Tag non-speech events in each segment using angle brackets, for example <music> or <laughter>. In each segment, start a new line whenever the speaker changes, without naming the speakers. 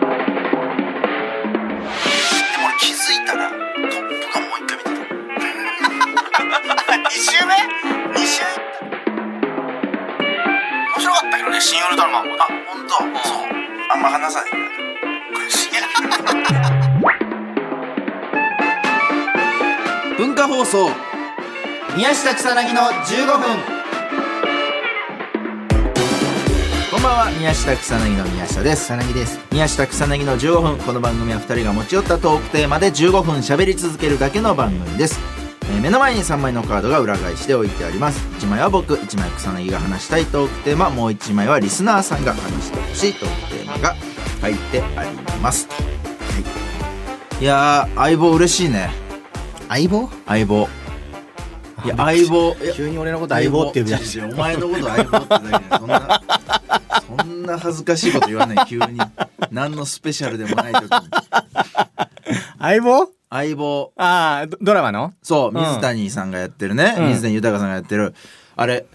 <laughs> 面白かっ
週目 ?2 週いった
たけどね新ウルトラマンもな
あ本当、そうあんま話
<laughs>
さない悔しい
文化放送
宮下草薙の15分
こんばんは宮下草薙の宮下です
草薙です
宮下草薙の15分この番組は2人が持ち寄ったトークテーマで15分喋り続けるだけの番組です、えー目の前に3枚のカードが裏返しで置いてあります1枚は僕1枚草薙が話したいトークテーマもう1枚はリスナーさんが話してほしいトークテーマが入ってあります、はい、いやー相棒嬉しいね
相棒
相棒いや相棒いや
急に俺のこと相棒って呼び出して
いやいやお前のこと相棒ってだけでそんなそんな恥ずかしいこと言わない急に何のスペシャルでもない時に
相棒
相棒
ああドドラマの
そう
うん
水谷さんがやってるね、
うん
水谷豊さんがやってるあれ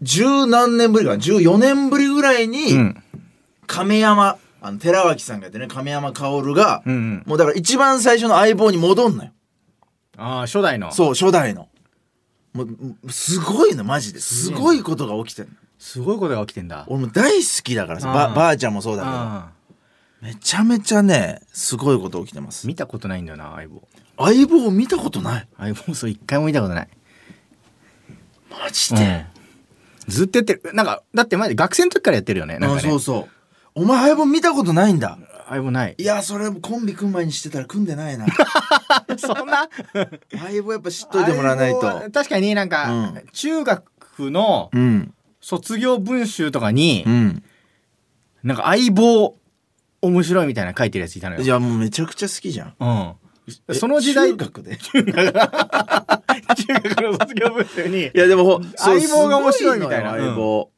十何年ぶりかな14年ぶりぐらいに、
うん
亀山あの寺脇さんがやってるね亀山薫が、
うんうん
もうだから一番最初の相棒に戻んのよ
ああ初代の
そう初代のもうもうすごいのマジですごいことが起きてる
すごいことが起きてんだ
俺も大好きだからさば
あー
ばあちゃんもそうだけど
ああ
めちゃめちゃねすごいこと起きてます
見たことないんだよな相棒
相棒見たことない
相棒そう一回も見たことない
マジで、
ずっとやってるなんかだって前で学生の時からやってるよねなん
あ
か
そ
ね
うそうお前相棒見たことないんだ
相棒ない
いやそれコンビ組む前にしてたら組んで
<laughs>
ないな
そんな
相棒やっぱ知っといてもらわない
あれも
と
確かになんか、
うん
中学の
うん
卒業文集とかに、
うん
なんか相棒面白いみたいなの書いてるやついたのよ。
いやもうめちゃくちゃ好きじゃん
うん。その時代、
中
中
学でい
学の卒業文集に、
やでもほそう
相棒が面白いみたいな
すごのよ相棒、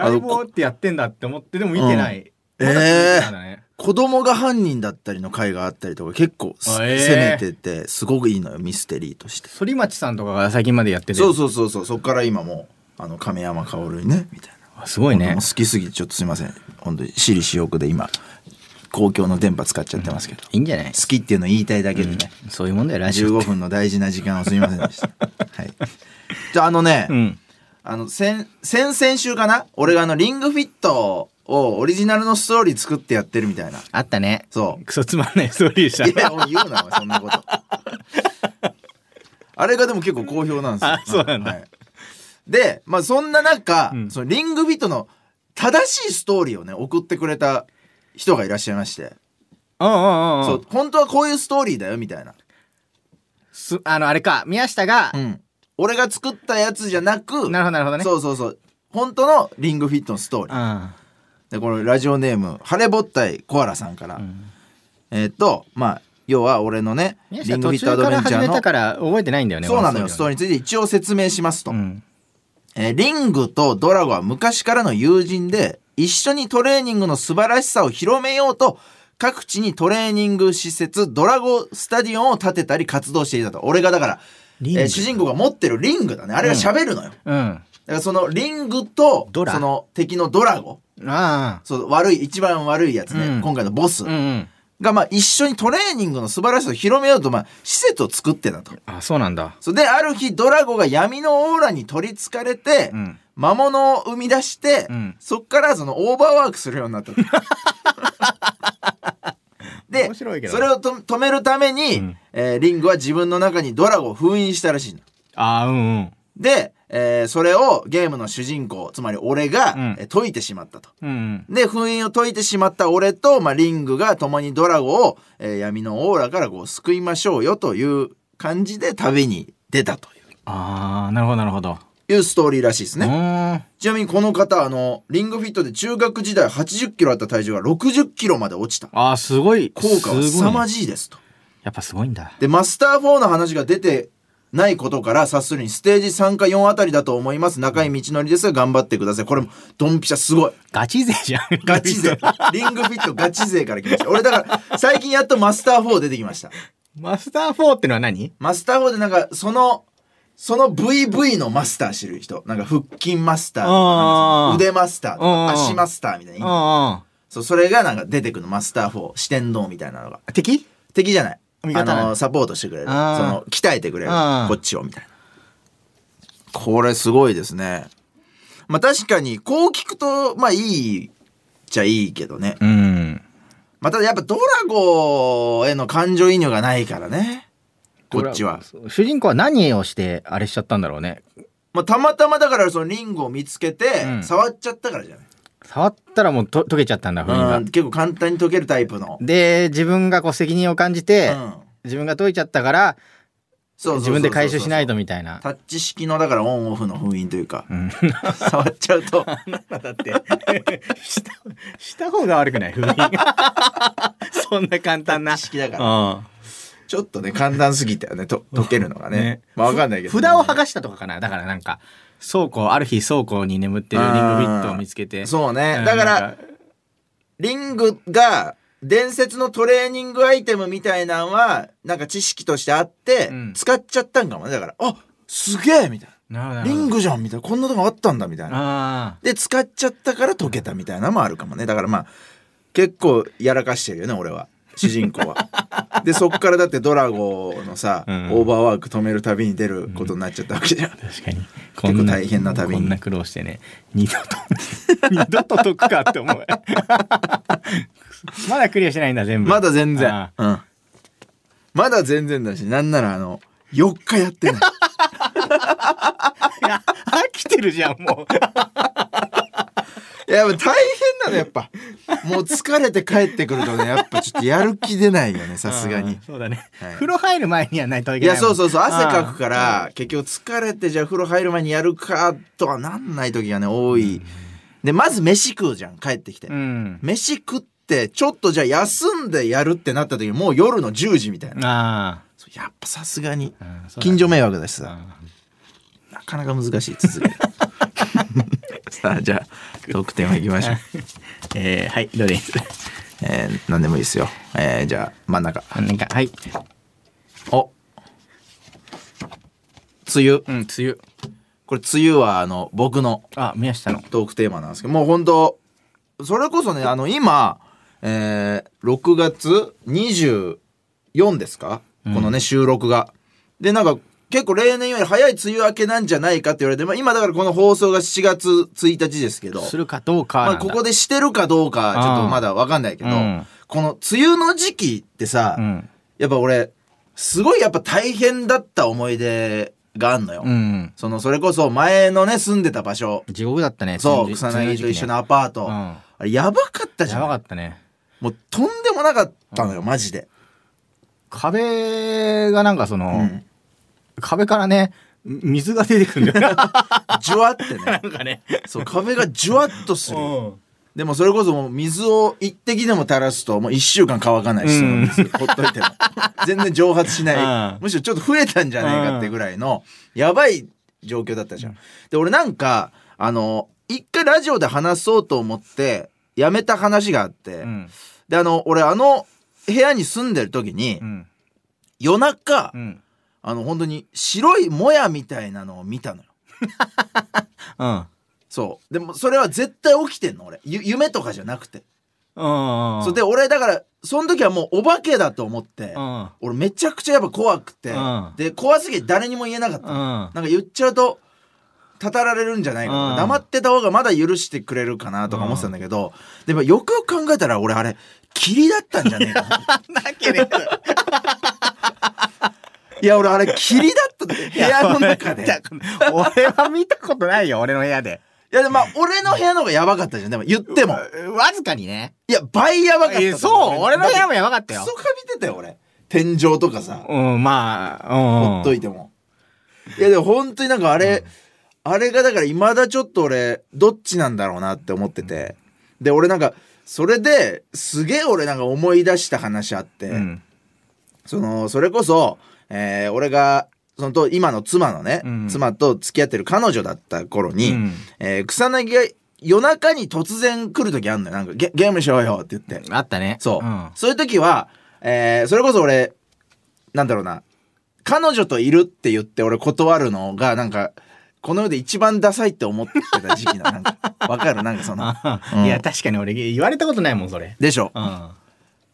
<laughs> あの
相棒ってやってんだって思って、でも見てない。
うん
まだ
ええ
そうなんだね
子供が犯人だったりの回があったりとか結構す、
あえー
攻めててすごくいいのよミステリーとして
反町さんとかが最近までやってて。
そうそうそうそうそっから今もうあの亀山薫にねみたい
あすごい
な、
ね
もう。好きすぎてちょっとすいません本当に私利私欲で今公共の電波使っちゃってますけど、
いいんじゃない
好きっていうの言いたいだけでね、
そういうもんだよ、ラジオ。
15分の大事な時間をすいません
<laughs>
でしたはいじゃああのね、
うん。
あの先先々週かな俺があのリングフィットをオリジナルのストーリー作ってやってるみたいな
あったね。
そう
クソつまんないストーリーでした
い。や、おい言うな、お前そんな
<laughs>
こと。あれがでも結構好評なんですよ。
あそうなんだ
はいで、まあそんな中、
ん
そのリングビットの正しいストーリーをね、送ってくれた人がいらっしゃいまして、
うんうんうんうん。
そう、本当はこういうストーリーだよ、みたいな。
すあの、あれか、宮下が
う、ん。俺が作ったやつじゃなく、
なるほどなるほどね。
そうそうそう。本当のリングフィットのストーリー。
うん。
で、このラジオネーム、ハレボッタイコアラさんから、
ん
えーっと、まあ、要は俺のね、リ
宮下
ングフ
途
ィットア
中
ド
か
ベ
ら
ンチ
始
ャー
め
の
たから覚えてないんだよね。
そうなのよ、
こ
ストーリーについて一応説明しますと。
うん。
えーリングとドラゴは昔からの友人で、一緒にトレーニングの素晴らしさを広めようと、各地にトレーニング施設、ドラゴスタディオンを建てたり活動していたと。俺がだから、
リング
えー主人公が持ってるリングだね。あれが喋るのよ。だ
うん。あ
からそのリングと、
ドラ
その敵のドラゴ、
あ。
そう悪い、一番悪いやつね、
うん
今回のボス
うんうん。
が、まあ一緒にトレーニングの素晴らしさを広めようと、まあ施設を作ってたと。
あ、そうなんだ。
そうで、ある日ドラゴが闇のオーラに取りつかれて、
うん。
魔物を生み出して、
うん
そっからそのオーバーワークするようになった
<laughs>
と。で
面白いけど
それをと止めるために、
うん
えーリングは自分の中にドラゴを封印したらしいの。
ああ、うんうん。
で、えーそれをゲームの主人公つまり俺が、
うん
えー解いてしまったと。
うんうん。
で封印を解いてしまった俺と、まあ、リングが共にドラゴを、えー闇のオーラからこう救いましょうよという感じで旅に出たとい
ああ、なるほど、なるほど。
ういうストーリーらしいですね。
ね。
ちなみにこの方、あの、リングフィットで中学時代80キロあった体重が60キロまで落ちた。
ああ、すごい。
効果は
すごい
凄
ね
まじいですと。
やっぱすごいんだ。
で、マスター4の話が出てないことから察するにステージ3か4あたりだと思います。長い道のりですが頑張ってください。これもドンピシャすごい。
ガチ勢じゃん。
ガチ
<laughs>
勢。リングフィットガチ勢から来ました。俺だから最近やっとマスター4出てきました。
マスター4ってのは何
マスター4でなんかその、その VV のマスター知る人。なんか腹筋マスターとか、
あー
腕マスターと
うんうん
か、足マスターみたいな。
あ
そう、それがなんか出てくるの、マスター4、四天王みたいなのが。
あ。敵
敵じゃない。
味
あ
方なの
の、サポートしてくれる。そ
あー
の、鍛えてくれる。
あー
こっちを、みたいな。これすごいですね。まあ確かに、こう聞くと、まあいいっちゃいいけどね。
うん。
まあただやっぱドラゴへの感情移入がないからね。こっちは。
主人公は何をしてあれしちゃったんだろうね。
まあたまたまだからそのリンゴを見つけて
う、ん
触っちゃったからじゃない。
触ったらもうと溶けちゃったんだ、封印
う
が
ん、。結構簡単に解けるタイプの。
で、自分がこう責任を感じて、
うん
自分が解いちゃったから、
そうそうそうそう
自分で回収しないとみたいな。
タッチ式のだからオンオフの封印というか、
ん
触っちゃうと
だって、した、した方が悪くない封印 <laughs> そんな簡単な。
タッチ式だから
うん
ちょっとね簡単すぎたよねと解けるのがね
ね
まあわかんないけど、
札を剥がしたとかかなだからなんか倉庫ある日倉庫に眠ってるリングフィットを見つけて
そうね
ん
だから
なん
リングが伝説のトレーニングアイテムみたいなのはなんか知識としてあって、
うん
使っちゃったんかもねだからあすげえみたい
なるほど
な
なる
リ
ほど
ングじゃんみたいなこんなとこあったんだみたいな
あ
で使っちゃったから解けたみたいなのもあるかもねだからまあ結構やらかしてるよね俺は主人公 <laughs> はでそっからだってドラゴのさ、
うん
オーバーワーク止めるたびに出ることになっちゃったわけじゃん、
あ確かに
構大変な旅に
こんな苦労してね二度と二度と解くかって思う <laughs> まだクリアしてないん
<laughs>
だ全部
まだ全然
あ。
うん。まだ全然だし、なんならあの、4日やってない。
いや飽きてるじゃんもう
い <laughs> や、もう大変なの、やっぱ。もう疲れて帰ってくるとね、やっぱちょっとやる気出ないよね、さすが
う
に
ん。そうだね、
はい
風呂入る前にやらないとい
い
けない
や、そうそうそう、汗かく
か
から、結局疲れて、じゃあ風呂入る前にやるか、とはなんない時がね、多い。で、まず飯食うじゃん、帰ってきて
う。ん
飯食って、ちょっとじゃあ休んでやるってなった時、もう夜の10時みたいな。
あ
そうやっぱさすがに
あ、うんそうだね
近所迷惑だしさ。
あ
なかなか難しい続
<laughs>
きさあじゃあトークテーマいきましょう、
ーえー、はいどうです
えー、何でもいいですよ、えー、じゃあ真ん中
なんかはい
お梅雨
うん梅雨
これ梅雨はあの僕の
あ宮下の
トークテーマなんですけどもう本当それこそねあの今、えー、6月24ですか、このね収録がでなんか結構例年より早い梅雨明けなんじゃないかって言われて、まあ、今だからこの放送が7月1日ですけど
するかどうか
ま
なん
あ、
だ
ここでしてるかどうかちょっとまだわかんないけど、
うん
この梅雨の時期ってさ、
うん
やっぱ俺すごいやっぱ大変だった思い出があんのよ、
うん
そのそれこそ前のね住んでた場所
地獄だったね
そう
梅雨
草薙と一緒の
梅
アパート、
うん
あれやばかった
雨の時期ね
じ
やばか
ゃん
ったね
もうとんでもなかったのよマジで、
壁がなんかその、
うん、
壁からね水が出てくるん <laughs> だよ
ジュワって
<laughs>
ね
なんかね
そう壁がジュワッとする
うん
でもそれこそもう水を一滴でも垂らすともう一週間乾かないし、
うん
その水ほっと
<laughs>
いても全然蒸発しな
うん
いむしろちょっと増えたんじゃないかってぐらいのやばい状況だったじゃん。で俺なんかあの一回ラジオで話そうと思ってやめた話があって、
うん
であの俺あの部屋に住んでる時に、
うん
夜中、
うん
あの本当に白いもやみたいなのを見たのよ。
うん
そうでもそれは絶対起きてんの俺ゆ夢とかじゃなくて。
うん
そうで俺だからその時はもうお化けだと思って
うん
俺めちゃくちゃやっぱ怖くて
うん
で怖すぎて誰にも言えなかった
う
なんんか言っちゃうとたたられるんじゃないかと
う
か
ん
黙ってた方がまだ許してくれるかなとか思ってたんだけどでもよくよく考えたら俺あれ霧だったんじゃねえか
だけ <laughs> れど
いや俺あれ霧だったんだよ部屋の中でい
いや俺は見たことないよ俺の部屋で
やでもまあ俺の部屋の方がやばかったじゃんでも言っても
わずかにね
いや倍やばかったと
い
思
やそう俺の部屋もやばかった
ク
よ
ソかびてたよ俺天井とかさ
うんまあうん
ほっといても。いやでも本当になんかあれ、あれがだから未だちょっと俺、どっちなんだろうなって思ってて。で、俺なんか、それですげえ俺なんか思い出した話あって、
うん
その、それこそ、えー俺が、そのと今の妻のね、
うん
妻と付き合ってる彼女だった頃に、
うん
えー草薙が夜中に突然来る時あんのよ。なんかゲゲームしようよって言って。
あったね
そう。
ん
そういう時は、えーそれこそ俺、なんだろうな、彼女といるって言って俺断るのが、なんか、この世で一番ダサいって思ってた時期の、
<laughs>
なんか、わかるなんかその、
あ
うん
いや確かに俺言われたことないもんそれ
でしょ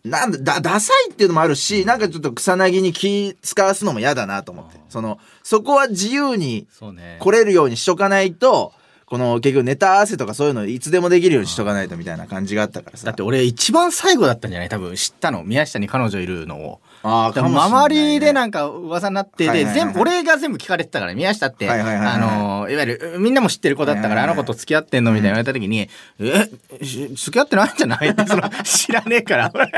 うん
なんだだダサいっていうのもあるしなんかちょっと草薙に気使わすのも嫌だなと思って
あー
そのそこは自由に
そうね
来れるようにしとかないとこの結局ネタ合わせとかそういうのいつでもできるようにしとかないとみたいな感じがあったからさ
だって俺一番最後だったんじゃない多分知ったの宮下に彼女いるのを
あーかもしれないね
周りでなんか噂になってて、
はいはいはいはい
全部俺が全部聞かれてたから宮下って、
はいはいはいはい
あのーいわゆるみんなも知ってる子だったから、
はいはいはい
あの子と付き合ってんのみたいな言われた時に「えし付き合ってないんじゃない?」ってその <laughs> 知らね
<laughs>
えから俺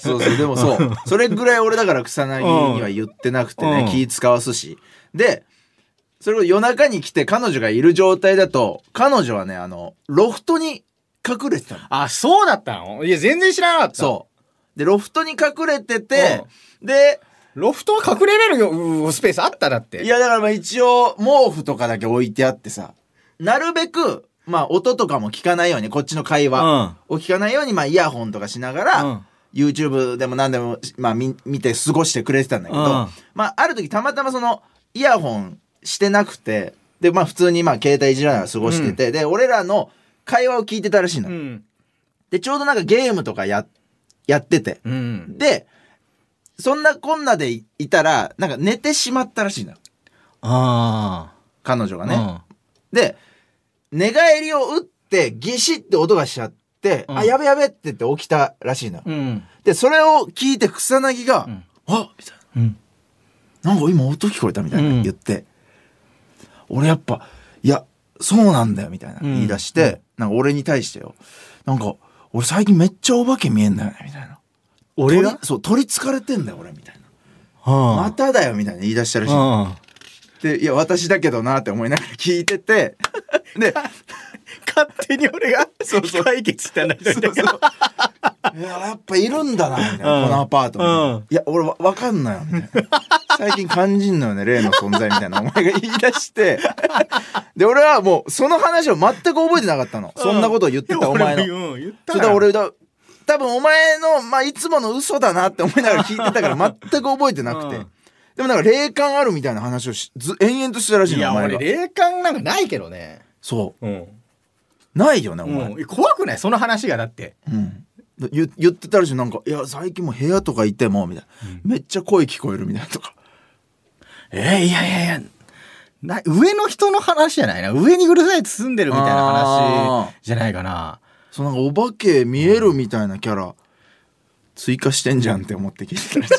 そうそうでもそうそれぐらい俺だから草薙には言ってなくてね、
うん
気使わすしでそれを夜中に来て彼女がいる状態だと彼女はねあのロフトに隠れてたの
あそうだったのいや全然知らなかった
そうでロフトに隠れてて、で
ロフトは隠れれるようスペースあっただって
いやだからまあ一応毛布とかだけ置いてあってさなるべくまあ音とかも聞かないようにこっちの会話を聞かないように、まあイヤホンとかしながら、
うん
YouTube でも何でも、まあ、見見て過ごしてくれてたんだけど、
うん
まあ、ある時たまたまそのイヤホンしてなくてで、まあ、普通にまあ携帯いじらながら過ごしてて、で俺らの会話を聞いてたらしいの、
うん
でちょうどなんかゲームとかややってて
うん
でそんなこんなでいいたらなんか寝てしまったらしいのよ
あ
彼女が
あ
ね、で寝返りを打ってギシって音がしちゃって、
うん
あやべやべって言って起きたらしいのよ、
うん
でそれを聞いて草薙が「
うん
あみたいな。
うん
なんか今音聞こえたみたいな
うん
言って、俺やっぱ、いや、そうなんだよみたいな
うん
言い出して、なんか俺に対してよ、なんか、俺最近めっちゃお化け見えんだよねみたいな。
俺が
取りそう、取りつかれてんだよ俺みたいな。ま
あ
ただよみたいな言い出したらしい。
あ
で、いや、私だけどなって思いながら聞いて
<laughs>
て、で、
勝手に俺が解決したんだけ
そう <laughs> そう。いや、やっぱいるんだな、みたいな、
うん
このアパートに。
うん
いや、俺わ、わかんないよ、み
<laughs>
たいな。最近肝心のよね、例の存在みたいな、お前が言い出して。で、俺はもう、その話を全く覚えてなかったの。そんなことを言ってた、お前の。
の。言っ
そ
た
れ
ら
だ、俺だ、多分お前の、まあ、いつもの嘘だなって思いながら聞いてたから、全く覚えてなくて
うん。
でもなんか霊感あるみたいな話をしず延々としてたらしい
い
の、
や、
お前
俺、
が。
霊感なんかないけどね。
そ
うん。
う。ないよね、お前。
怖くないその話がだって。
うん、言言ってたらしいなんか「いや最近もう部屋とかいても」みたいな、めっちゃ声聞こえるみたいなとか
えーいやいやいや。な上の人の話じゃないな。上にうるさいやつ住んでるみたいな
あ
話
ー
じゃないかな。
そのなんかお化け見えるみたいなキャラ追加してんじゃんって思って聞いてたらしい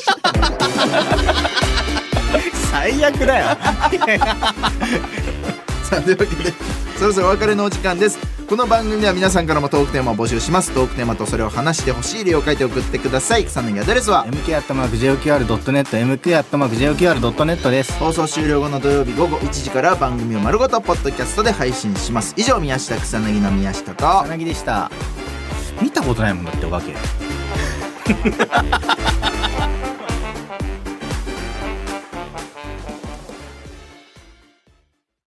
最悪
<laughs>
だよ。
<laughs> さあというわけでそろそろお別れのお時間ですこの番組では皆さんからもトークテーマを募集しますトークテーマとそれを話してほしい理由を書いて送ってください草薙アドレスは
mk.jqr.net、mk.jqr.net です。
放送終了後の土曜日午後1時から番組を丸ごとポッドキャストで配信します以上宮下草薙の宮下と
なぎでした。見たことないもんだって、お化け。